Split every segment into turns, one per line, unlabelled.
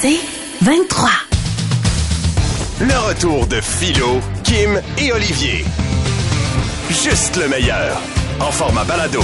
C'est 23.
Le retour de Philo, Kim et Olivier. Juste le meilleur. En format balado.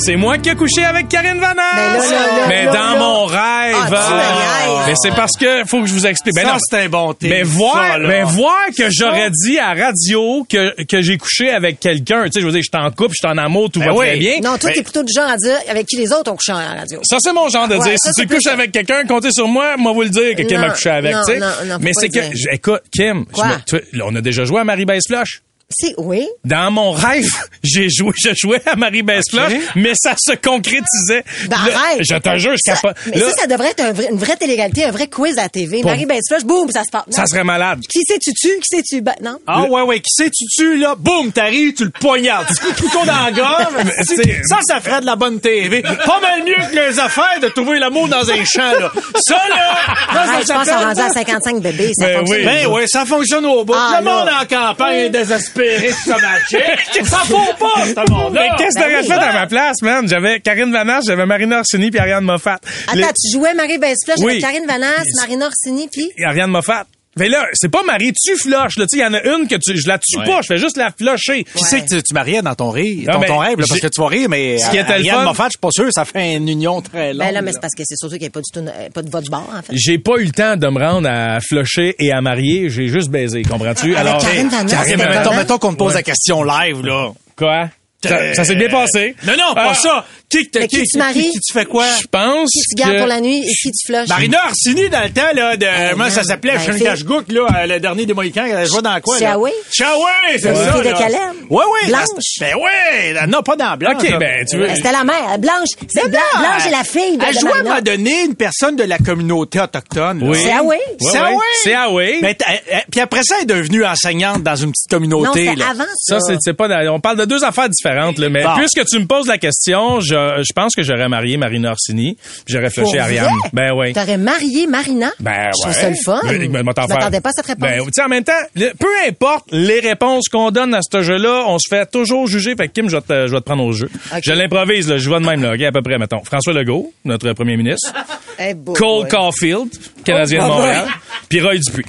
C'est moi qui ai couché avec Karine Vanasse.
Ben là, là, là,
Mais
là,
dans
là.
mon rêve.
Ah, tu me rêves.
Mais c'est parce que faut que je vous explique. Ben
ça,
non,
c'est un bon thé.
mais voir,
ça, là.
mais voir que j'aurais dit à radio que, que j'ai couché avec quelqu'un, tu sais, je veux dire, je t'en couple, je t'en amour, tout
Ben
va
oui.
très bien.
Non, toi,
Mais-
t'es plutôt du genre à dire avec qui les autres ont couché en radio.
Ça, c'est mon genre de
Ouais,
dire.
ça,
Si
c'est
tu
plus
couches
ça.
avec quelqu'un, comptez sur moi, moi vous le dire que Kim
Non,
a couché avec,
non,
tu sais.
non, non, faut
Mais
pas
c'est
le
que,
dire.
j- écoute, Kim, je
Quoi?
me- tu- on a déjà joué à Marie-Baisse Floche.
C'est, oui.
Dans mon rêve, j'ai joué, je jouais à Marie-Baisse Floche, mais ça se concrétisait.
Ben,
Là,
arrête.
Je te jure, je
Ça-
capote.
Mais
Là,
ça, ça devrait être un vrai- une vraie télégalité, un vrai quiz à la TV.
Pour-
Marie Bensploche, boum, ça se passe.
ça serait malade.
Qui sais-tu tu? Qui sais-tu? Ben, non.
Ah ouais, ouais, qui sait, tu tues, là, boum, t'arrives, tu le poignardes. Tu te couteau dans la gorge.
Mais
si-
c'est-
ça, ça ferait de la bonne TV. Pas mal mieux que les affaires de trouver l'amour dans un champ, là. Ça, là, ça, ça
Arrête, Ah, je pense
s'appelle-
qu'on est rendu à 55 bébés. Ça
Ben
fonctionne.
oui.
Ben ouais, ça fonctionne au bout.
Ah,
le monde
là.
en campagne est désespéré sur ce match. ça faut pas, ce monde-là.
Mais qu'est-ce que
Ben
t'aurais
oui.
fait à ma place, man? J'avais Karine Vanache, j'avais Marina Orsini puis Ariane Moffat. Les-
Attends, tu jouais Marie Bensploche
Oui.
avec Karine Vanasse,
Mais-
Marina Orsini, puis...
Ariane Moffat. Mais là, c'est pas Marie, tu floches, là. Tu sais, il y en a une que tu, je la tue
Ouais.
pas, je fais juste la flocher.
Qui c'est que tu, tu mariais dans ton rire,
Non,
dans
mais
ton rêve, là, parce
j'ai-
que tu vas rire, mais
Ce qui était le
Ariane
fun-
Moffat, je suis pas sûr, ça fait une union très longue.
Ben là, mais
là.
c'est parce que c'est surtout qu'il n'y a pas du tout euh, pas de votre bord, en fait.
J'ai pas eu le temps de me rendre à flocher et à marier, j'ai juste baisé, comprends-tu?
Avec Ah, Karine Vanasse,
Karine,
c'était
mais mettons,
comment?
mettons qu'on te pose
Ouais.
la question live, là.
Quoi? Ça,
Euh,
ça s'est bien passé.
Non, non, pas
Ah.
ça. Qui, que-
Mais qui tu maries?
qui- qui tu fais quoi?
Je pense
Qui tu gardes
que...
pour la nuit et qui tu flushes?
Marina Orsini, dans le temps, là, de, moi, ça
non,
s'appelait
ben,
Shane
fille.
Cashgook, là, euh, le dernier des Mohicans, elle jouait dans quoi, là?
Chaoué?
Chaoué, c'est
Une
ça,
fille de
là.
Calais?
Ouais, ouais.
Blanche?
la- Ben ouais, la- non, pas dans Blanche.
Ok,
là.
ben, tu veux...
Ben, C'était la mère, Blanche. C'est
Non,
Blanche, Blanche
elle-
est la fille de,
Elle
de
jouait à un
Marina.
moment donné une personne de la communauté autochtone. là.
Oui.
C'est Ben, Hawaii?
Ouais,
C'est
ouais.
Hawaii.
C'est Hawaii.
Mais t'as- elle- Puis après ça, elle est devenue enseignante dans une petite
Non,
communauté.
c'était
là.
avant
Ça,
ça.
c'est c'est pas. dans- On parle de deux affaires différentes, là, mais
Bon.
puisque tu me poses la question, je, je pense que j'aurais marié Marina Orsini, puis j'aurais flashé
Pour
Ariane.
vrai?
Ben oui.
T'aurais marié Marina?
Ben
Je
ouais.
trouve ça le fun.
Ben, ben, m'en
Je
faire.
m'attendais pas à cette réponse.
Ben, tu sais, en même temps, le- peu importe les réponses qu'on donne à ce jeu-là, on se fait toujours juger. Fait que Kim, je vais te, je vais te prendre au jeu.
Ok.
Je l'improvise, là, je vois de même, là, OK, à peu près, mettons. François Legault, notre premier ministre.
Eh, beau,
Cole
ouais.
Caulfield, Canadien de
Oh, bah,
Montréal. Puis Roy Dupuis.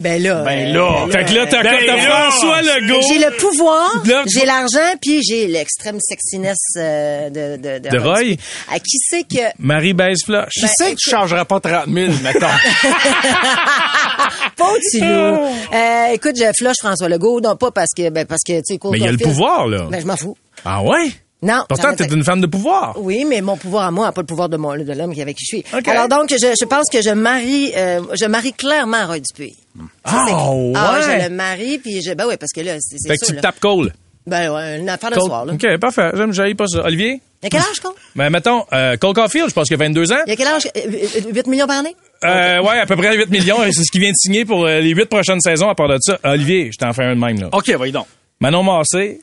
Ben là.
Ben
euh,
là.
Fait que là, t'as
Ben
t'as
là.
François Legault.
J'ai le pouvoir,
Là, tu-
j'ai l'argent, puis j'ai l'extrême sexiness euh, de, de,
De Roy.
À qui c'est que...
Marie Baise Floche.
Tu sais que tu changerais pas 30 000, mettons.
Pas au-dessus. Euh, écoute, je flush François Legault, non pas parce que... Ben, parce que tu sais, Cole
Mais il y a le
Caulfield-
pouvoir, là.
Ben, je m'en fous.
Ah ouais?
Non.
Pourtant, t'es une femme de pouvoir.
Oui, mais mon pouvoir à moi n'a pas le pouvoir de, mon- de l'homme qui- avec qui je suis.
OK.
Alors donc, je, je pense que je marie, euh, je marie clairement Roy Dupuis.
Ah ouais!
Ah, je le marie, puis je... Ben oui, parce que là, c'est c'est
fait que
sûr.
tu
là.
tapes Cole.
Ben ouais, une affaire de
Cole.
soir, là.
OK, parfait. J'aime, j'haïs pas ça. Olivier?
Il y a quel âge, Cole?
Ben, mettons, euh, Cole Caulfield, je pense qu'il a 22 ans.
Il y a quel âge? Euh, euh, 8 millions par année?
Euh, ouais, à peu près 8 millions. C'est ce qu'il vient de signer pour euh, les 8 prochaines saisons. À part de ça, Olivier, je t'en fais un de même, là.
OK, voyons donc.
Manon Massé, Eh?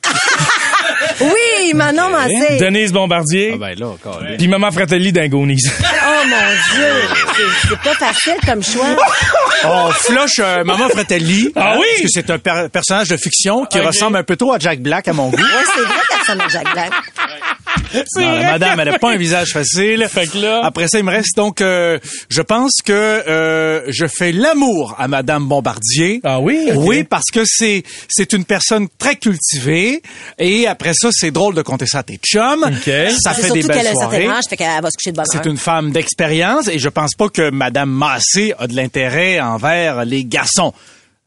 Oui, Manon Massé.
Denise Bombardier,
Ah ben là, encore.
puis Maman Fratelli d'Ingonies.
Oh mon Dieu, c'est- c'est pas facile comme choix.
On flush euh, Maman Fratelli.
Ah oui?
Parce que c'est un per- personnage de fiction qui
Ok.
ressemble un peu trop à Jack Black, à mon goût.
Ouais, c'est vrai personne de Jacques Blanc.
Non, la
vrai
madame,
que-
elle n'a pas un visage facile.
Fait que là-
Après ça, il me reste donc, euh, je pense que euh, je fais l'amour à madame Bombardier.
Ah oui? Ok.
Oui, parce que c'est c'est une personne très cultivée. Et après ça, c'est drôle de compter ça à tes chums. Ça
C'est
fait des
Ah, surtout
belles
qu'elle a un
soirées.
certain âge, fait qu'elle va se coucher de bonne
C'est
heure.
une femme d'expérience et je pense pas que madame Massé a de l'intérêt envers les garçons.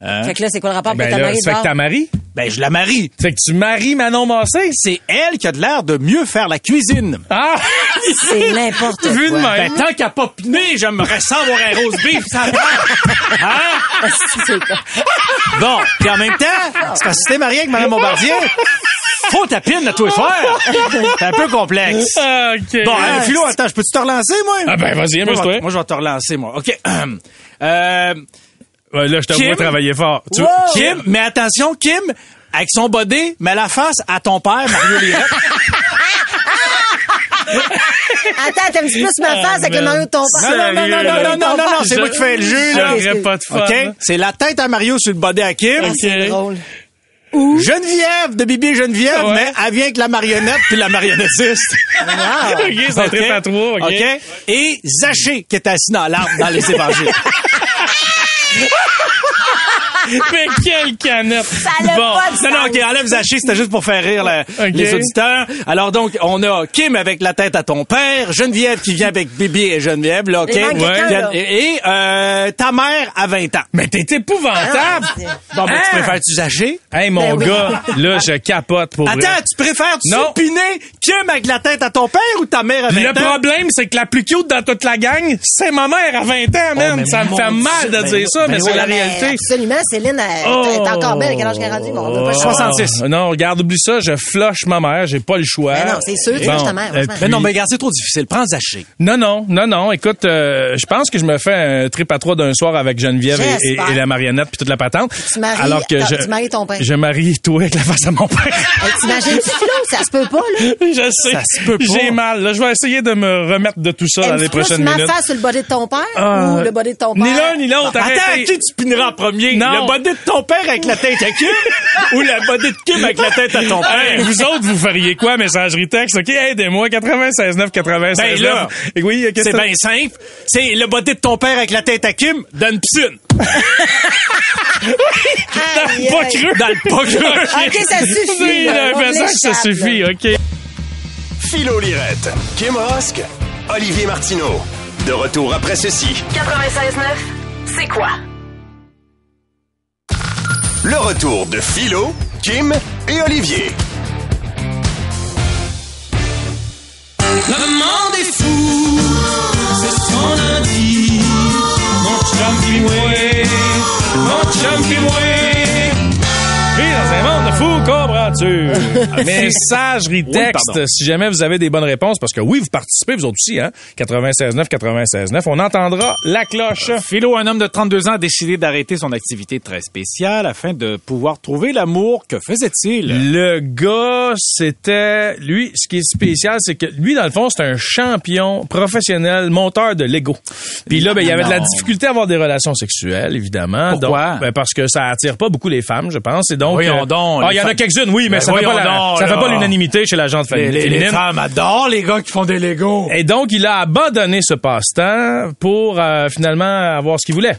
Hein?
Fait que là, c'est quoi le rapport
ben
avec ta
là,
mari
ça fait que t'as marie.
Ben, je la marie.
Fait que tu maries Manon Massé.
C'est elle qui a de l'air de mieux faire la cuisine.
Ah!
C'est n'importe quoi.
Vu de
Ben,
même.
tant qu'à pas piner, j'aimerais ça avoir un rose beef ça va. Hein?
C'est quoi?
Bon, puis en même temps, c'est parce que si t'es marié avec Mme Bombardier, Faut ta pine à toi faire. C'est un peu complexe.
Ah, OK.
Bon, hein, Philo, attends, je peux-tu te relancer, moi?
Ah ben, vas-y,
Moi, je
amuse-toi.
vais- Moi, je vais te relancer, moi. OK. Euh,
Ouais, là, je t'avoue
Kim?
travailler fort. Tu-
tu- Kim, mais attention, Kim, avec son body, mets la face à ton père, Mario Lirette.
Attends, t'aimes plus ma face avec le
man.
maillot de ton
Non,
père?
Non, non, non, non, non, non, non, non, non, c'est
Je-
moi qui fais le jeu, là.
j'aurais pas de fun. hein?
OK? C'est la tête à Mario sur le body à Kim.
Ah, C'est
Ok.
drôle.
Geneviève, de Bibi et Geneviève,
Ouais.
mais elle vient avec la marionnette puis la marionnettiste.
OK, c'est un
OK?
trip à trois, OK?
Et Zaché, qui est assis dans l'arbre dans les évangiles.
Mais quelle canette!
Ça n'a pas de
Non, non, OK, enlève Zaché, c'était juste pour faire rire la-
OK.
les auditeurs. Alors donc, on a Kim avec la tête à ton père, Geneviève qui vient avec Bibi et Geneviève, là, OK?
Il manque quelqu'un,
Puis elle-
là.
Et, et, euh, ta mère à 20 ans.
Mais t'es épouvantable!
Bon, ben, tu
Hein?
préfères-tu Zaché?
Hey, mon
Ben oui.
gars, là, je capote pour vrai.
Attends, tu préfères tu
Non.
supiner Kim avec la tête à ton père ou ta mère à 20
Le
ans?
problème, c'est que la plus cute dans toute la gang, c'est ma mère à 20 ans, man.
Oh, mais
ça me
mon
fait
Dieu,
mal de
ben
dire
oui,
ça, mais,
ben
c'est
oui.
la
Mais
réalité.
Absolument, Céline, elle,
Oh.
elle est encore belle à quel âge qu'elle a rendu, mais on veut pas le
Oh.
savoir.
66.
Non, regarde, oublie ça, je flush ma mère, j'ai pas le choix.
Ben non, c'est sûr, tu flushes ta mère,
et
franchement.
Mais Ben non,
puis-
mais regarde, c'est trop difficile. Prends Zaché.
Non, non, non, non. Écoute, euh, je pense que je me fais un trip à trois d'un soir avec Geneviève et- et,
J'espère.
et la marionnette puis toute la patente.
Tu maries-
alors que
t'as-
je,
tu maries ton père.
Je marie toi avec la face à mon père.
Hey, T'imagines-tu, Philo? Ça se peut pas, là.
je sais.
Ça se peut pas.
J'ai mal. Là, je vais essayer de me remettre de tout ça dans
Aimes-tu
les
plus
prochaines
ma
minutes.
face sur le body de ton père
Ah,
ou le body de ton père?
Ni l'un ni l'autre.
Bah, Attends, à
arrêtez.
qui tu pineras en premier?
Non.
Le body de ton père avec la tête à Kim ou le body de Kim avec la tête à ton
Hey,
père?
vous autres, vous feriez quoi, messagerie texte? OK, aidez-moi. 96 9 96
Ben là,
9. Et oui, qu'est-ce
C'est
que
bien simple. C'est le body de ton père avec la tête à Kim dans une piscine.
Pas
Aïe, aïe. Ah,
creux.
Dans le pas creux.
OK, ça suffit.
Oui,
là.
là,
On
fais ça, ça
l'échappe, là.
suffit, OK.
Philo Lirette, Kim Rosk, Olivier Martineau. De retour après ceci,
96.9, c'est quoi?
le retour de Philo, Kim et Olivier.
Le monde est fou, c'est ce qu'on a dit. Mon chum pis moi, mon chum pis moi.
Pire dans un monde fou, comprends-tu? Messagerie texte,
pardon.
si jamais vous avez des bonnes réponses, parce que oui, vous participez, vous autres aussi, hein? 96.9, 96.9, on entendra la cloche.
Euh, Philo, un homme de 32 ans, a décidé d'arrêter son activité très spéciale afin de pouvoir trouver l'amour. Que faisait-il?
Le gars, c'était... Lui, ce qui est spécial, c'est que lui, dans le fond, c'est un champion professionnel, monteur de Lego. Puis là, ben, il y avait de la
Non.
difficulté à avoir des relations sexuelles, évidemment.
Pourquoi?
Donc, ben, parce que ça attire pas beaucoup les femmes, je pense. Et donc,
Voyons
euh,
donc,
Ah,
les
il y en a
femmes-
quelques-unes, oui, mais
Ben,
ça fait pas,
voyons
la-
donc,
ça fait
là.
pas l'unanimité chez la gente
Les,
féminine.
les- les femmes adorent les gars qui font des Legos.
Et donc, il a abandonné ce passe-temps pour euh, finalement avoir ce qu'il voulait.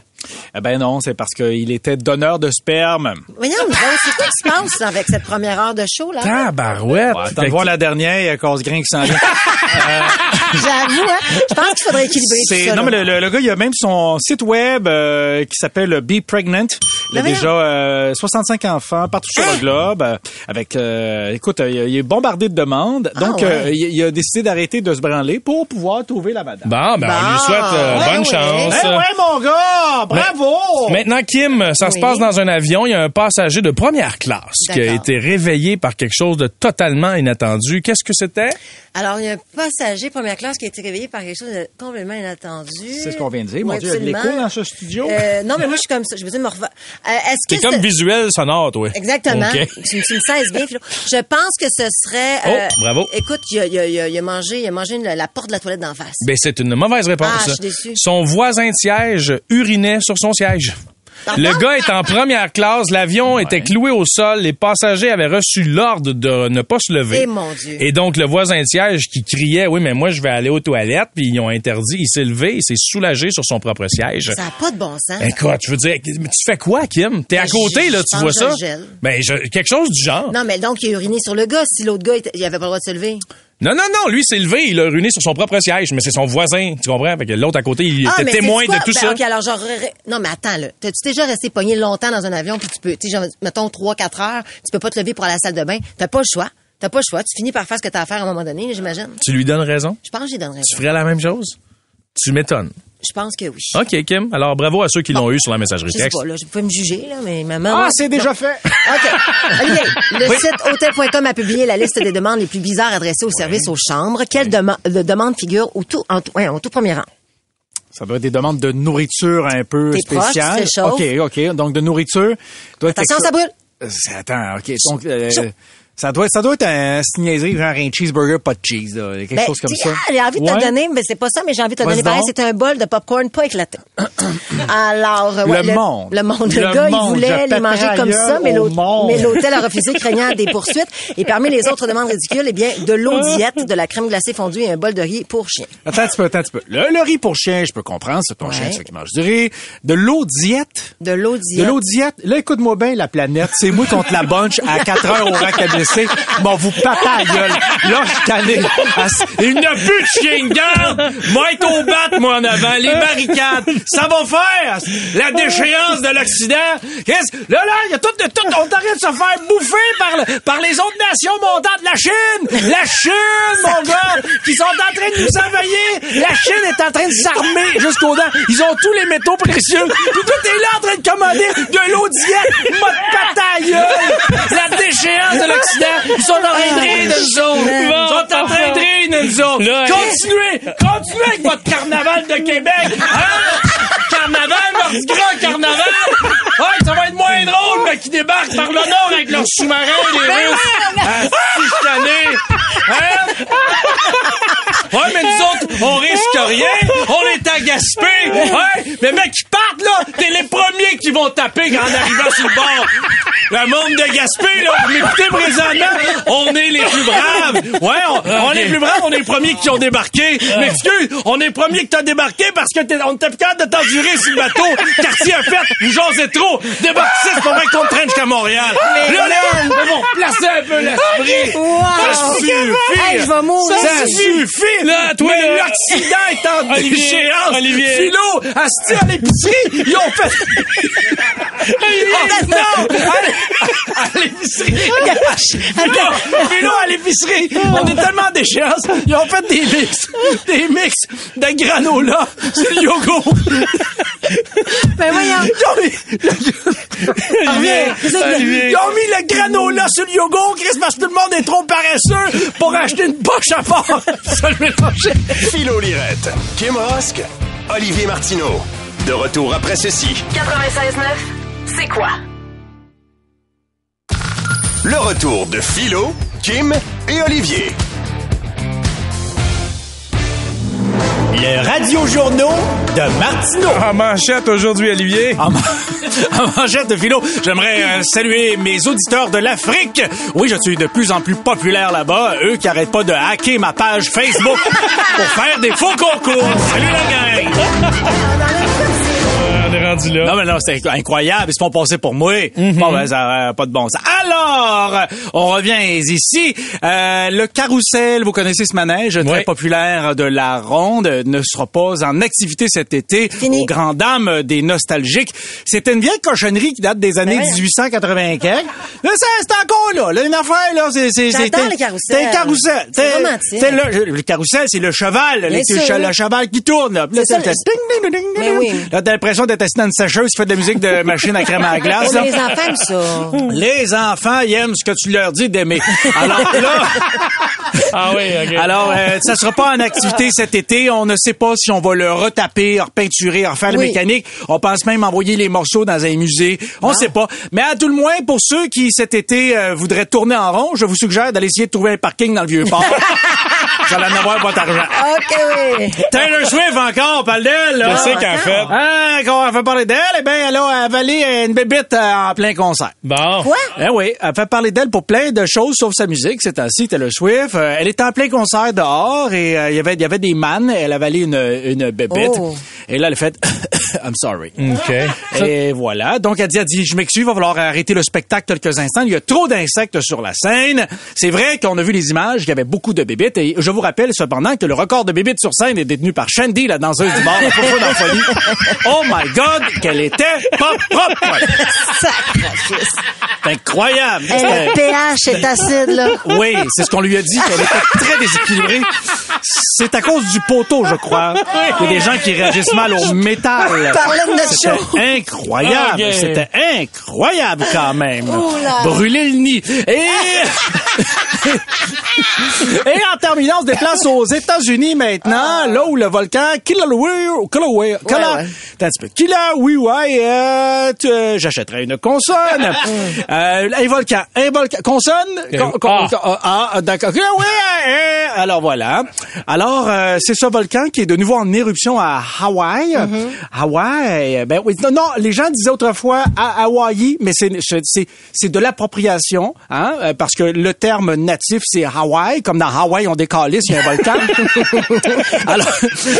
Eh ben non, c'est parce qu'il était donneur de sperme.
Voyons, donc, c'est quoi qui se passe là, avec cette première heure de show, là?
Tabarouette!
Ouais, attends de voir la dernière, il y a cause grain qui s'en vient.
Ah,
Ah.
J'avoue, hein. Je pense qu'il faudrait équilibrer tout
C'est-
ça.
non,
là.
mais le, le- le gars, il a même son site web euh, qui s'appelle Be Pregnant. Il a
Mais
déjà euh, 65 enfants partout sur
Hein?
le globe. euh, Avec, euh, écoute, euh, il, il est bombardé de demandes. Donc,
Ah, ouais.
euh, il, il a décidé d'arrêter de se branler pour pouvoir trouver la madame.
Bon, ben, on lui
Bon.
souhaite euh,
Ouais,
bonne
ouais.
chance.
Eh ouais, mon gars! Bravo!
Maintenant, Kim, ça se
Oh. Oui.
passe dans un avion. Il y a un passager de première classe qui a
D'accord.
été réveillé par quelque chose de totalement inattendu. Qu'est-ce que c'était?
Alors, il y a un passager première classe qui a été réveillé par quelque chose de complètement inattendu.
C'est ce qu'on vient de dire. Mon
Oui,
Dieu, il y a de
absolument.
l'écho dans ce studio.
Euh, non, mais moi, je suis comme ça. Je me dis, me reva- Euh, Est-ce
T'es
que
comme
ce-
visuel sonore, toi.
Exactement.
OK.
Tu, tu me saises bien, Philo. Je pense que ce serait. euh,
Oh, bravo.
Écoute, il a, il a- il a- il a mangé, il a mangé une- la porte de la toilette d'en face.
Ben, c'est une mauvaise réponse.
Ah, je suis déçue.
Son voisin de siège urinait sur son siège.
Pardon?
Le gars est en première classe, l'avion était cloué au sol, les passagers avaient reçu l'ordre de ne pas se lever.
Eh, mon Dieu.
Et donc le voisin de siège qui criait "Oui, mais moi je vais aller aux toilettes", puis ils ont interdit, il s'est levé, il s'est soulagé sur son propre siège.
Ça n'a pas de bon sens.
Écoute, je veux dire, mais Eh, tu fais quoi, Kim? T'es à
Ben,
côté,
je-
là,
je
tu
pense
vois
que
ça?
je gèle.
Ben, je- quelque chose du genre.
Non, mais donc, il a uriné sur le gars si l'autre gars, était- il avait pas le droit de se lever.
Non, non, non, lui s'est levé, il a ruiné sur son propre siège, mais c'est son voisin, tu comprends? Fait que l'autre à côté, il était
mais
témoin
sais-tu quoi?
de tout
Ben,
ça.
OK, alors genre, ré- non, mais attends, là. T'as-tu déjà resté pogné longtemps dans un avion puis tu peux, tu sais, genre, mettons 3-4 heures, tu peux pas te lever pour aller à la salle de bain. T'as pas le choix. T'as pas le choix. Tu finis par faire ce que t'as à faire à un moment donné, là, j'imagine.
Tu lui donnes raison?
Je pense que j'y donnerais.
Tu ferais la même chose? Tu m'étonnes.
Je pense que oui.
OK, Kim. Alors, bravo à ceux qui l'ont eu sur la messagerie
Je sais
texte.
pas, là, je peux me juger, là, mais ma maman...
Ah, c'est déjà fait.
OK. Olivier, le site hôtel.com a publié la liste des demandes les plus bizarres adressées au service aux chambres. Quelle dema- de demande figure au tout, en, tout- ouais, au tout premier rang?
Ça doit être des demandes de nourriture un peu
T'es proche,
spéciales.
tu t'échauffes.
OK, OK. Donc, de nourriture. Doit être
Attention,
quelque
ça
chose-
brûle.
Euh, c'est- Attends, OK. Donc, euh, ça doit être, ça doit être un c'est une niaiserie, genre un cheeseburger pas de cheese, là, quelque
Ben,
chose comme
dis,
ça.
ah, j'ai envie de te
Ouais.
donner, mais c'est pas ça, mais j'ai envie de te
Vas-y
donner. pareil.
donc.
c'est un bol de popcorn pas éclaté. Alors, euh,
Le monde.
Le monde.
Le
Le gars,
monde.
il voulait
Je
les manger
pèterai
comme
la
ça,
gueule
mais
au
l'hôte-
monde.
mais l'hôtel a refusé, craignant des poursuites. Et parmi les autres demandes ridicules, eh bien, de l'eau diète, de la crème glacée fondue et un bol de riz pour chien.
Attends un petit peu, attends un petit peu. Le, le riz pour chien, je peux comprendre, c'est ton
Ouais.
chien, c'est qui mange du riz. De l'eau diète.
De l'eau diète.
De l'eau diète. Là, écoute-moi bien, la planète. C'est moi contre la bunch à 4 heures au rack ABC. Bon, vous papa gueule. Là, je t'en ai. Ah, c'est-
Il n'a plus de chien de garde! Moi, être au bat, moi, en avant, les barricades! Ça va faire! La déchéance de l'Occident! Qu'est-ce? Là, là, il y a tout, de- tout, on t'arrête de se faire bouffer par, le- par les autres nations montantes! La Chine! La Chine, mon gars! Qui sont en train de nous envahir! La Chine est en train de s'armer jusqu'aux dents! Ils ont tous les métaux précieux! Puis toi, t'es là en train de commander de l'eau diète! Mode pataille! La déchéance de l'Occident! Ils sont en train de rire de nous autres! Ils sont en train de rire! Continuez, nous autres.
Là,
continuez, continuez avec votre carnaval de Québec. Hein? Carnaval, Mardi Gras, carnaval. Ouais, ça va être moins drôle, mais qui débarquent par le nord avec leurs sous-marins, les
Eh,
Russes. Ah, si je t'en ai. Hein? Ouais, mais nous autres, on risque rien. On est à Gaspé. Ouais, mais mec, qui partent, là, t'es les premiers qui vont taper en arrivant sur le bord. Le monde de Gaspé, là, vous m'écoutez présentement, on est les plus braves. Ouais, on, on est les plus braves, on est les premiers qui ont débarqué. M'excuse, on est les premiers qui t'ont débarqué parce que t'es, on t'a plus capable de t'endurer sur le bateau. Quartier a fait, vous jasez trop. Débarque c'est pour bien qu'on te traîne jusqu'à Montréal.
Mais
Là, là, mais bon, placez un peu l'esprit.
Wow!
Ça suffit.
Hey, je vais mourir.
Ça suffit! Là, toi, Mais l'Occident est en
Olivier,
déchéance!
Olivier.
Philo, Asti à l'épicerie, ils ont fait... Oh, non! À- À l'épicerie! Philo, Philo à l'épicerie! On est tellement en déchéance, ils ont fait des mix! Des mix de granola sur le yogourt!
Ben voyons. Ah,
Ils ont mis- Olivier, Olivier. Ils ont mis le granola sur le yogourt, Chris, parce que tout le monde est trop paresseux pour acheter une poche à part! Ça le mélangeait.
Philo Lirette, Kim Rosk, Olivier Martineau. De retour après ceci,
96.9, c'est quoi?
le retour de Philo, Kim et Olivier.
Le radio-journaux de Martineau.
En Ah, manchette aujourd'hui, Olivier.
En, man- en manchette de philo, j'aimerais euh, saluer mes auditeurs de l'Afrique. Oui, je suis de plus en plus populaire là-bas. Eux qui arrêtent pas de hacker ma page Facebook pour faire des faux concours. Salut la gang!
Ah, On est rendu là. Mhm.
Non, mais non, c'était incroyable. Ils se font passer pour moi. Bon, ben, ça a pas de bon sens. Alors, euh, on revient ici. Euh, le carrousel, vous connaissez ce manège très
Ouais.
populaire de la ronde, euh, ne sera pas en activité cet été
Fini.
aux grandes dames euh, des nostalgiques. C'était une vieille cochonnerie qui date des années
Ben Ouais.
1895. Là, ça, c'est encore là. Là, une affaire, là, c'est... c'est-
J'adore
c'est-
le carrousel.
C'est un carrousel.
C'est
C'est-
romantique.
c'est le, le carrousel, c'est le cheval. là,
Bien
c'est le,
sûr.
che- le cheval qui tourne. là. Puis là,
C'est ça,
ça fait
le-
ding, ding, ding, ding,
Mais
ding.
oui.
Là, t'as l'impression d'être assis dans une sécheuse qui fait de la musique de machine à crème à glace.
On
là.
est les enfants, ça.
Les enfants, ils aiment ce que tu leur dis d'aimer. Alors là,
Ah oui, OK.
alors euh, ça sera pas en activité cet été. On ne sait pas si on va le retaper, repeinturer, refaire la
Oui.
mécanique. On pense même envoyer les morceaux dans un musée. On
Ah.
sait pas. Mais à tout le moins, pour ceux qui cet été euh, voudraient tourner en rond, je vous suggère d'aller essayer de trouver un parking dans le vieux port. Vous allez en avoir votre argent.
OK, oui.
Taylor Swift encore, parle d'elle. là.
Je sais qu'elle fait.
Ah, qu'on a fait parler d'elle, eh bien, elle a avalé une bébite euh, en plein concert.
Bon.
Quoi?
Eh oui, elle fait parler d'elle pour plein de choses, sauf sa musique, c'est ainsi, Taylor Swift. Euh, elle était en plein concert dehors et euh, il y avait- il y avait des man, elle a avalé une, une bébite.
Oh.
Et là, elle a fait « I'm sorry ».
OK.
Et voilà. Donc, elle dit, elle dit, je m'excuse, il va falloir arrêter le spectacle quelques instants. Il y a trop d'insectes sur la scène. C'est vrai qu'on a vu les images, il y avait beaucoup de bébites. Et je vous rappelle cependant que le record de bébites sur scène est détenu par Shandy, la danseuse du bar. la fourfou dans la folie. Oh my God, qu'elle était pas propre!
Sacrifice.
C'est incroyable!
Hey, le pH est acide, là.
Oui, c'est ce qu'on lui a dit, qu'elle était très déséquilibrée. C'est à cause du poteau, je crois. Il y a des gens qui réagissent mal au métal.
Parlons de notre show.
C'était incroyable.
Ok.
C'était incroyable quand même.
Oh là.
Brûler le nid. Et... Et en terminant, on se déplace aux États-Unis maintenant, là où le volcan Kilauea, Kilauea, Kila-
Ah. ouais.
Attends un petit peu. Kilauea, euh, tu- euh, j'achèterais une consonne. Euh, un volcan, un volcan, consonne, con- con-
Ah.
con- ah, ah, d'accord. Kilauea, euh, alors voilà. Alors, euh, c'est ce volcan qui est de nouveau en éruption à Hawaï. Hawaï, ben oui, non, non, les gens disaient autrefois à Hawaï, mais c'est, c'est- c'est, c'est de l'appropriation, hein, euh, parce que le terme natif, c'est Hawaï, comme dans Hawaï, on décalisse, il y a un volcan. alors,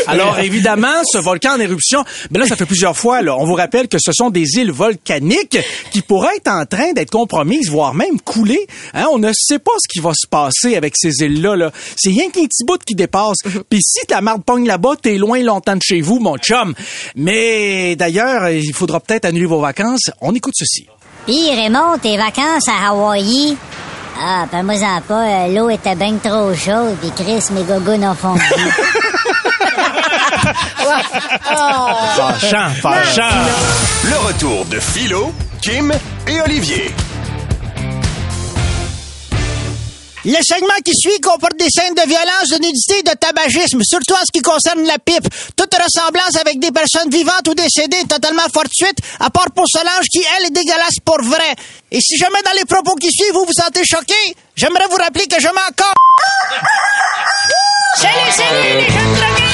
alors, évidemment, ce volcan en éruption, ben là, ça fait plusieurs fois, là, on vous rappelle que ce sont des îles volcaniques qui pourraient être en train d'être compromises, voire même coulées. Hein, on ne sait pas ce qui va se passer avec ces îles-là. Là. C'est rien qu'un petit bout qui dépasse. Puis si ta marde pogne là-bas, t'es loin longtemps de chez vous, mon chum. Mais d'ailleurs, il faudra peut-être annuler vos vacances. On écoute ceci.
Pis Raymond, tes vacances à Hawaï. Ah, ben moi en pas, euh, l'eau était bien trop chaude, pis Chris, mes gogos n'en font
Fâchant, fâchant.
Le retour de Philo, Kim et Olivier.
Le segment qui suit comporte des scènes de violence, de nudité et de tabagisme, surtout en ce qui concerne la pipe. Toute ressemblance avec des personnes vivantes ou décédées est totalement fortuite, à part pour Solange qui, elle, est dégueulasse pour vrai. Et si jamais dans les propos qui suivent, vous vous sentez choqué, j'aimerais vous rappeler que je m'en encore.
Salut, salut, les jeunes drogués!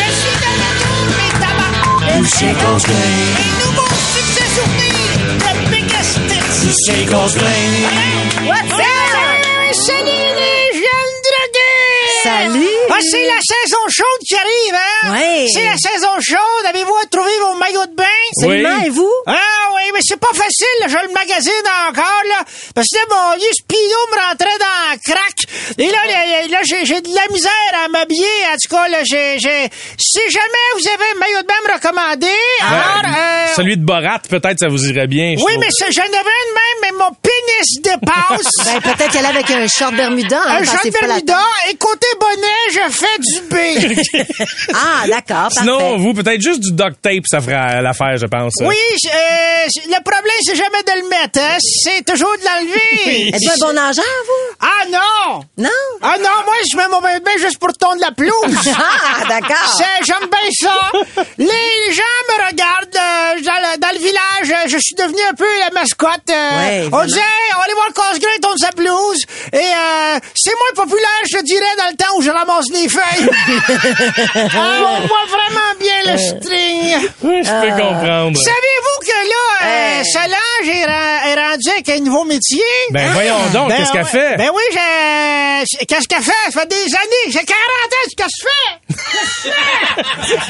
Je suis de retour, mes tabacs! Lucien Cosplay! Un nouveau succès souvenir de Pegastis! Lucien Cosplay! What's up? Salut, les jeunes drogués!
Salut!
Ah, c'est la saison chaude qui arrive, hein?
Ouais.
C'est la saison chaude. Avez-vous trouvé vos maillots de bain?
Absolument,
Oui.
et vous?
Ah oui, mais c'est pas facile, là. je le magasine encore, là, parce que mon vieux Spino me rentrait dans le crack. Et là, là, là, j'ai, j'ai de la misère à m'habiller, en tout cas, là, j'ai, j'ai... Si jamais vous avez un maillot de bain à me recommander, alors... euh,
Celui de Borat, peut-être, ça vous irait bien. je
oui,
trouve.
mais c'est- j'en avais une même, mais mon pénis dépasse. Euh,
Ben, peut-être qu'elle est avec un short Bermuda. Hein,
Un
parce
short
que c'est pas la-
Bermuda, et côté bonnet, je fais du B.
Ah, d'accord, parfait.
Sinon, vous, peut-être juste du duct tape, ça fera l'affaire, je pense.
Oui, j- euh, j- le problème, c'est jamais de le mettre, hein. C'est toujours de l'enlever.
Êtes-vous un bon nageur, vous?
Ah non!
Non?
Ah non, moi, je mets mon bain de bain juste pour tondre la pelouse.
Ah, d'accord.
C'est- J'aime bien ça. Les gens me regardent euh, dans, le, dans le village. euh, Je suis devenu un peu la mascotte. euh,
Ouais,
on
vraiment.
disait, on allait voir le casse-grain, il tourne sa pelouse. Et euh, c'est moins populaire, je te dirais, dans le temps où je ramasse les feuilles. Ah, on voit vraiment bien le
Euh.
string.
Oui, je peux comprendre.
Savez-vous que là, euh, Solange est, ra- est rendue avec un nouveau métier?
Ben, voyons donc, qu'est-ce qu'elle
ouais.
fait?
Ben oui, j'ai- qu'est-ce qu'elle fait? Ça fait des années, j'ai 40 ans, qu'est-ce que je fais? Qu'est-ce que je fais là? Qu'est-ce que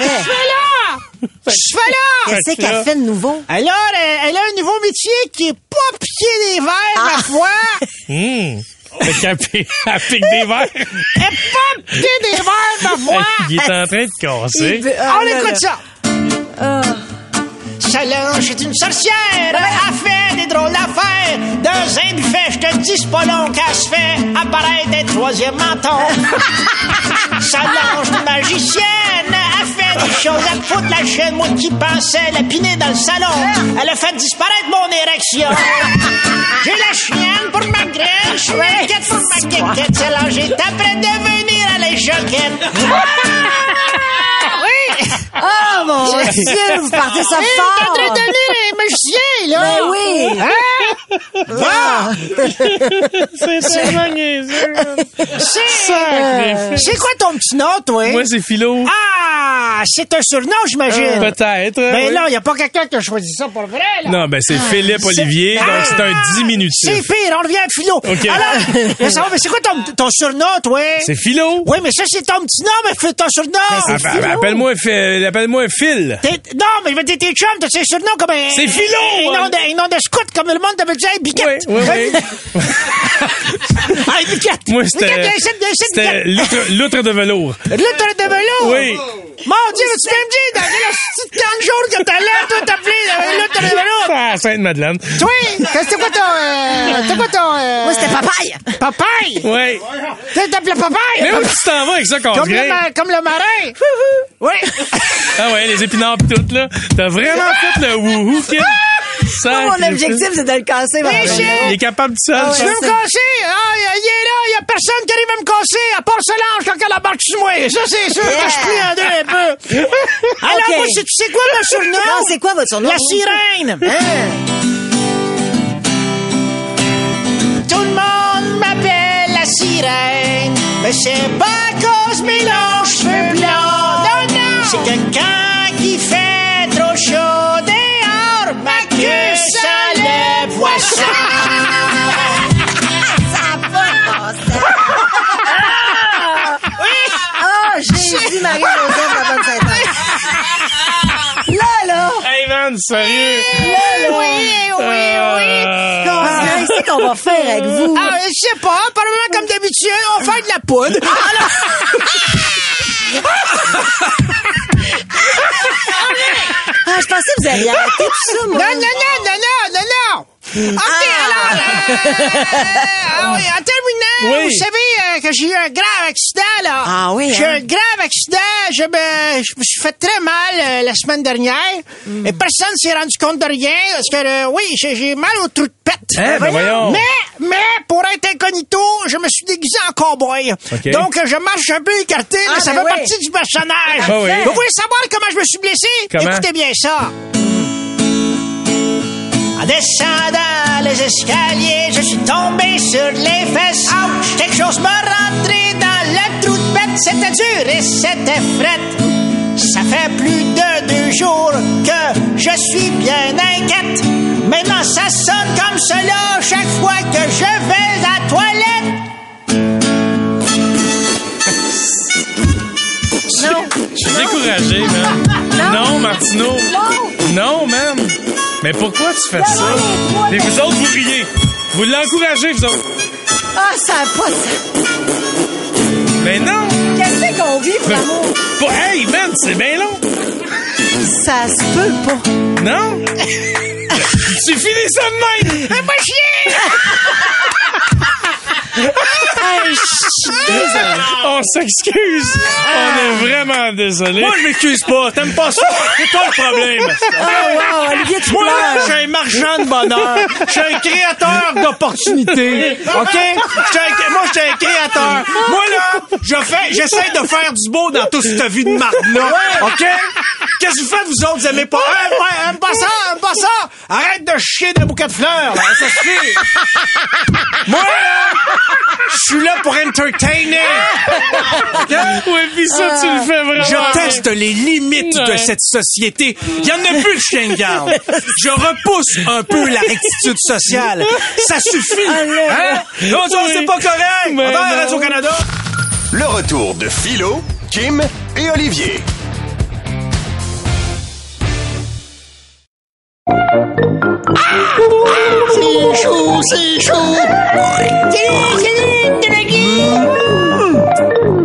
je fais là?
Qu'est-ce qu'elle fait de nouveau?
Alors, euh, elle a un nouveau métier qui est pas piqué des verres,
Ah,
ma foi.
Hum. Fait qu'elle pi- elle pique des verres.
Elle est pas piqué des verres, ma foi.
Il est en train de casser.
Ah,
On écoute ça. Solange Ah. est une sorcière, a fait des drôles d'affaires. Dans un buffet, je te dis, c'est pas long qu'elle se fait apparaître des troisième menton. Solange, magicienne, a fait des choses à foutre la chaîne, moi qui pensais lapiner dans le salon. Elle a fait disparaître mon érection. J'ai la chienne pour ma graine, je suis inquiète pour ma quéquette. Solange est après devenir à la joquette. Oui!
Oh, mon Dieu, vous partez ça
Hey, t'es en train
fort.
de devenir un magicien, là!
Ben oui.
Hein? Ah! C'est C'est quoi ton petit nom, toi?
Moi, c'est Philo.
Ah! C'est un surnom, j'imagine!
Euh, Peut-être.
Ben
oui.
non, y a pas quelqu'un qui a choisi ça pour vrai, là!
Non, ben, c'est Philippe Olivier, donc c'est un
Ah! C'est
diminutif.
pire, on revient à Philo. Alors, mais ça va, mais c'est quoi ton, ton surnom, toi?
C'est Philo.
Oui, mais ça, c'est ton petit nom, mais fais ton surnom!
Ah, ben, ben, Appelle-moi Phil. Appelle-moi Phil.
T'es- Non, mais je veux dire, tes chums, t'as ces surnoms comme un.
C'est Philo,
Un nom
hein.
de, un nom de scout, comme le monde t'avait dit, hey, Biquette!
Oui, oui, oui.
hey, Biquette!
Moi, c'était.
Biquette, viens ici, viens ici,
C'était
Biquette!
l'outre l'outre de velours.
Oh, L'autre de velours!
Oui.
Mon Dieu, tu viens me dire, dans le petit 40 jours que t'as là, toi, t'as appelé, euh, là, t'as là,
Ah, Sainte-Madeleine.
Toi, qu'est-ce que c'était quoi ton. Euh, c'était quoi ton. Euh...
Moi, c'était papaye.
Papaye?
Oui.
Tu sais, t'appelais papaye?
Mais où tu t'en vas avec ça, qu'on
Comme le,
graine?
ma- comme le marin. Oui.
Ah ouais, les épinards pis tout, là. T'as vraiment fait le wouhou, kid. Ça,
Moi, mon objectif, c'est de le casser.
Oui,
Vincent.
shit.
Il est capable de ça.
Tu veux me casser? Ah, il est là, il y a personne qui arrive à me casser, à part Solange quand elle embarque sur moi. Ça, c'est sûr que je plie en deux un peu. Alors,
Ok.
moi, c'est- tu sais quoi, mon surnom?
Non, c'est quoi votre surnom?
La sirène.
Hein?
Tout le monde m'appelle la sirène, mais c'est pas à cause de mes longs cheveux blancs. Non, non. C'est que quand il fait trop chaud dehors, ma queue sent le poisson.
Ça va pas de bon sens. Ah, Jésus, Marie-Joseph, la bonne sainte Là, là,
Hey, man, sérieux.
là, là.
Euh,
Ah!
Qu'est-ce qu'on va faire avec vous?
Ah, je sais pas, probablement comme d'habitude, on fait de la poudre. Alors...
Ah, je pensais que vous alliez arrêter tout ça, moi.
Non, non, non, non, non, non, non! OK,
Ah.
alors, euh, ah oui, en terminant,
Oui.
vous savez euh, que j'ai eu un grave accident, là.
Ah oui,
J'ai eu
hein?
un grave accident, je me, je me suis fait très mal euh, la semaine dernière,
Mm.
et personne s'est rendu compte de rien, parce que, euh, oui, j'ai j'ai mal au trou de pète.
Hein, ben voyons.
Mais, mais, pour être incognito, je me suis déguisé en cowboy.
OK.
Donc, euh, je marche un peu écarté,
Ah,
mais ça
ben
fait
oui.
partie du personnage.
Ben oui.
Vous voulez savoir comment je me suis blessé?
Comment?
Écoutez bien ça. En descendant les escaliers, je suis tombé sur les fesses. Ouch! Quelque chose m'a rentré dans le trou de bête. C'était dur et c'était frette. Ça fait plus de deux jours que je suis bien inquiète. Maintenant, ça sonne comme cela chaque fois que je vais à la toilette.
Je suis découragé, man. Non, Martino. Non, man. Mais pourquoi tu fais ça? Et vous autres, vous riez. Vous l'encouragez, vous autres.
Ah, ça a pas de sens.
Mais non.
Qu'est-ce qu'on vit pour l'amour?
Pas- Hey, man, c'est bien long.
Ça se peut pas.
Non? tu finis ça de même!
Fais pas chier!
Hey, Ah. je-
Ah, On s'excuse! On est vraiment désolé.
Moi, je m'excuse pas. T'aimes pas ça? C'est toi le problème.
Oh, wow, Olivier, tu
Moi,
pleures.
je suis un marchand de bonheur. Je suis un créateur d'opportunités. OK? Je suis un- moi, je suis un créateur. Moi, là, je fais, j'essaie de faire du beau dans toute cette vie de marde-là. OK? Qu'est-ce que vous faites, vous autres? Vous aimez pas? Hein? Ouais, hein?
Aime pas ça, aime pas ça! Arrête de chier des bouquets de fleurs! là, ça suffit.
Moi, là, je suis là pour entertainer.
Oui, puis ça, tu le fais vraiment.
Ah. Je teste les limites de
Ouais.
cette société. Il n'y en a plus de chien de garde. Je repousse un peu la rectitude sociale. Ça suffit.
Ah,
Hein? Non, ça, c'est pas correct.
Mais
On va à
non.
Radio-Canada.
Le retour de Philo, Kim et Olivier.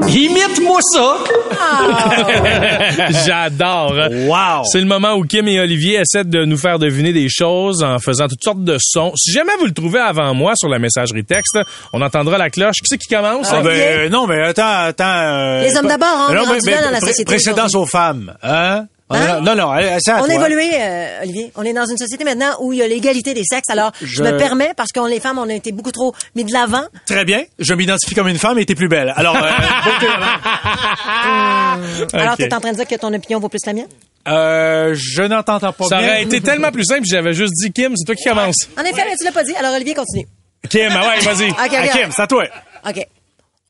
Imite-moi ça.
J'adore. hein.
Wow.
C'est le moment où Kim et Olivier essaient de nous faire deviner des choses en faisant toutes sortes de sons. Si jamais vous le trouvez avant moi sur la messagerie texte, on entendra la cloche. Qui c'est qui commence?
Ah ben, euh, non, mais attends, attends. euh,
Les hommes d'abord, hein, on
non,
est
mais-
rendu
mais
là dans la
pré-
société
Précédence aux femmes. Hein? On est-
Hein?
Non, non, allez, c'est à
On a
toi.
évolué, euh, Olivier. On est dans une société maintenant où il y a l'égalité des sexes. Alors, je,
Je-
me permets, parce qu'on les femmes, on a été beaucoup trop mis de l'avant.
Très bien. Je m'identifie comme une femme et t'es plus belle. Alors, euh, beauté, maman.
Alors,
Ok.
t'es en train de dire que ton opinion vaut plus que la mienne?
euh, je n'entends pas
Ça
bien.
aurait été tellement plus simple si j'avais juste dit Kim, c'est toi qui commence.
En effet, mais tu l'as pas dit. Alors, Olivier, continue.
Kim, ah ouais, vas-y.
OK,
Ah,
regarde.
Kim, c'est à toi.
OK.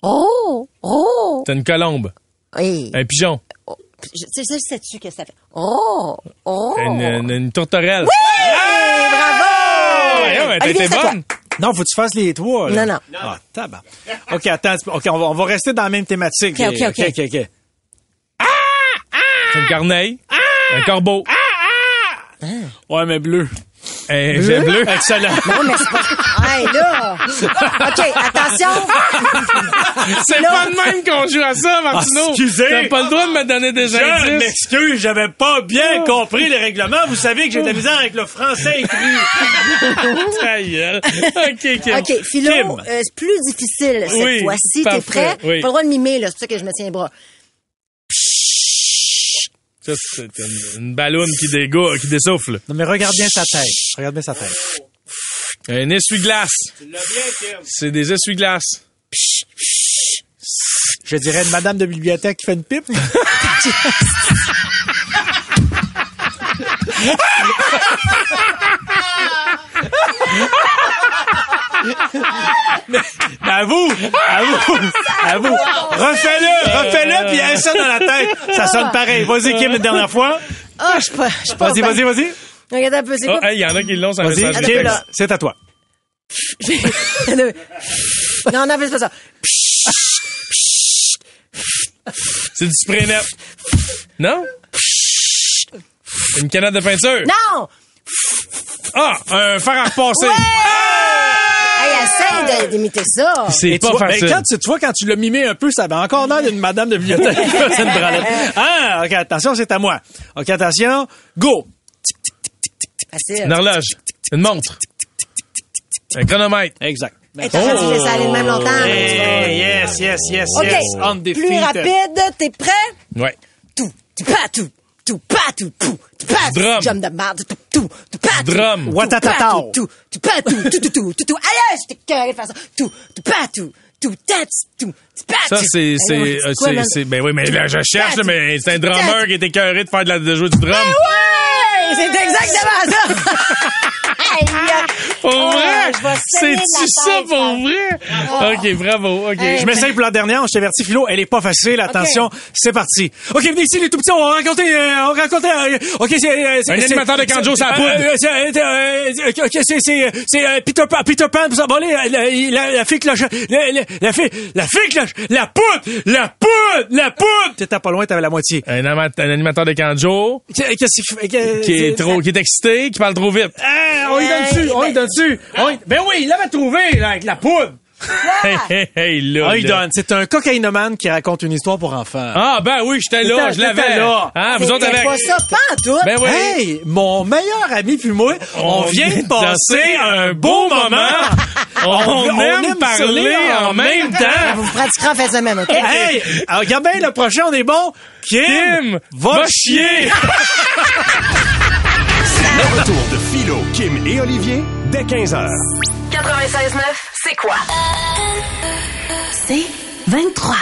Oh! Oh!
T'as une colombe,
Oui.
un pigeon,
Oh, je- Tu sais, je sais-tu que ça fait? Oh! Oh!
une, une- une tourterelle.
Hey, bravo!
Ouais, ouais, t'as
Olivier,
été
c'est à toi.
bonne.
Non, faut que tu fasses les trois. là.
Non, non.
Ah, tabac. OK, attends. tu peux- OK, on va, on va rester dans la même thématique.
OK, OK, OK.
OK, OK.
C'est une corneille, un corbeau.
Ah!
Hein?
Ouais, mais bleu.
Eh, j'ai bleu.
Excellent.
Non, Oh, mais c'est pas... Hey, là! OK, attention!
C'est
Là-
pas de même qu'on joue à ça, Martino.
Ah, excusez.
T'as pas le droit de me donner des
Je
indices.
m'excuse, j'avais pas bien compris les règlements. Vous savez que j'ai de la misère avec le français écrit.
Ta gueule. OK, Kim.
OK, Philo,
Kim.
euh, c'est plus difficile cette
Oui,
fois-ci. T'es
parfait,
prêt?
oui.
Pas le droit de mimer, là. C'est pour ça que je me tiens les bras.
Ça, c'est une, une balloune qui, dégo- qui dessouffle.
Non, mais regarde bien sa tête. Regarde bien sa tête.
Un essuie-glace. C'est des essuie-glaces.
Je dirais une madame de bibliothèque qui fait une pipe. Mais à vous, à vous, à vous. Refais-le, refais-le, puis aie ça dans la tête. Ça sonne pareil. Vas-y, Kim, une dernière fois.
Ah, je suis pas. Je suis pas
Vas-y,
bien.
vas-y, vas-y.
Regarde un peu, c'est
Oh,
quoi?
hey, il y en a qui l'ont sans message.
Vas-y,
de
Kim,
texte.
c'est à toi.
ah.
non, non, fais pas ça.
C'est du spray net. Non? Une canette de peinture.
Non!
Ah, un fer à repasser.
Hey, essaye de- d'imiter ça.
C'est
Et tu
pas
vois- mais
facile.
quand tu, tu vois, quand tu l'as mimé un peu, ça avait encore l'air d'une madame de bibliothèque qui faisait une branlette. Ah, OK, attention, c'est à moi. OK, attention, go.
Facile.
Une horloge. Une montre. Un chronomètre.
Exact.
Hey, t'as pas dit que je laissais aller de même longtemps.
Oh.
mais tu vas-
Hey, yes, yes, yes,
OK,
yes. On the
plus
feet.
rapide, t'es prêt?
Ouais.
Tout, tout, pas tout. Tout, pas tout, tout, tout, pas tout.
Drum.
Jump de marde, tout, tout, tout, pas tout.
Drum.
Tout,
Watatata.
pas Tout, tout, tout, pas tout, tout, tout, tout, tout, tout. Aïe, j'étais carré de faire ça. Tout, tout, pas tout. Tout, tat, tout, tout, pas
Ça,
tout.
c'est,
Hey,
c'est,
non,
euh,
quoi,
c'est,
man?
c'est- ben oui, mais là, je cherche, là, mais c'est un drummer qui était écœuré de faire de la, de jouer du drum.
Ouais! C'est exactement ça! Aïe, aïe.
Pour vrai?
je vais saigner de la
C'est-tu ça
tête,
pour
hein.
vrai? OK, bravo. OK.
Je m'essaye pour la dernière, je t'avertis, Philo, elle est pas facile, attention, c'est parti. OK, venez ici, les tout petits, on va raconter, euh, on va raconter, euh, OK, c'est... euh, c'est-
Un
c'est-
animateur de Kanjo,
c'est-
ça poudre.
euh, euh, c'est, euh, euh, OK, c'est, c'est, c'est, euh, Peter Pan, Peter Pan, vous s'envolez, la, la, la fille cloche, la, la, la fille, la fille cloche, la poudre, la poudre, la poudre! T'étais pas loin, t'avais la moitié.
Un, ama- un animateur de Kanjo
Qu'est- Qu'est-ce que- qu'est-
qui est trop, qui est excité, qui parle trop vite.
Ah, on y donne dessus, on y donne dessus. On y- Ben oui, il l'avait trouvé, là, avec la poudre.
Hey, hey, hey, là.
On y
là.
Ah, donne. C'est un cocaïnomane qui raconte une histoire pour enfants.
Ah, ben oui, j'étais là, je
T'étais- t'étais
l'avais.
là.
Hein, vous
C'est-
autres
c'est
avec.
pas ça, pas en tout.
Ben oui.
Hey, mon meilleur ami puis moi, on,
On
vient de passer un beau moment.
On, aime, parler en même
On
temps.
vous pratiquera en fin de semaine, OK?
Hey, alors, regarde bien, le prochain, on est bon. Kim,
Kim,
va,
va
chier.
Le retour de Philo, Kim et Olivier dès 15h.
96.9, c'est quoi? C'est 23.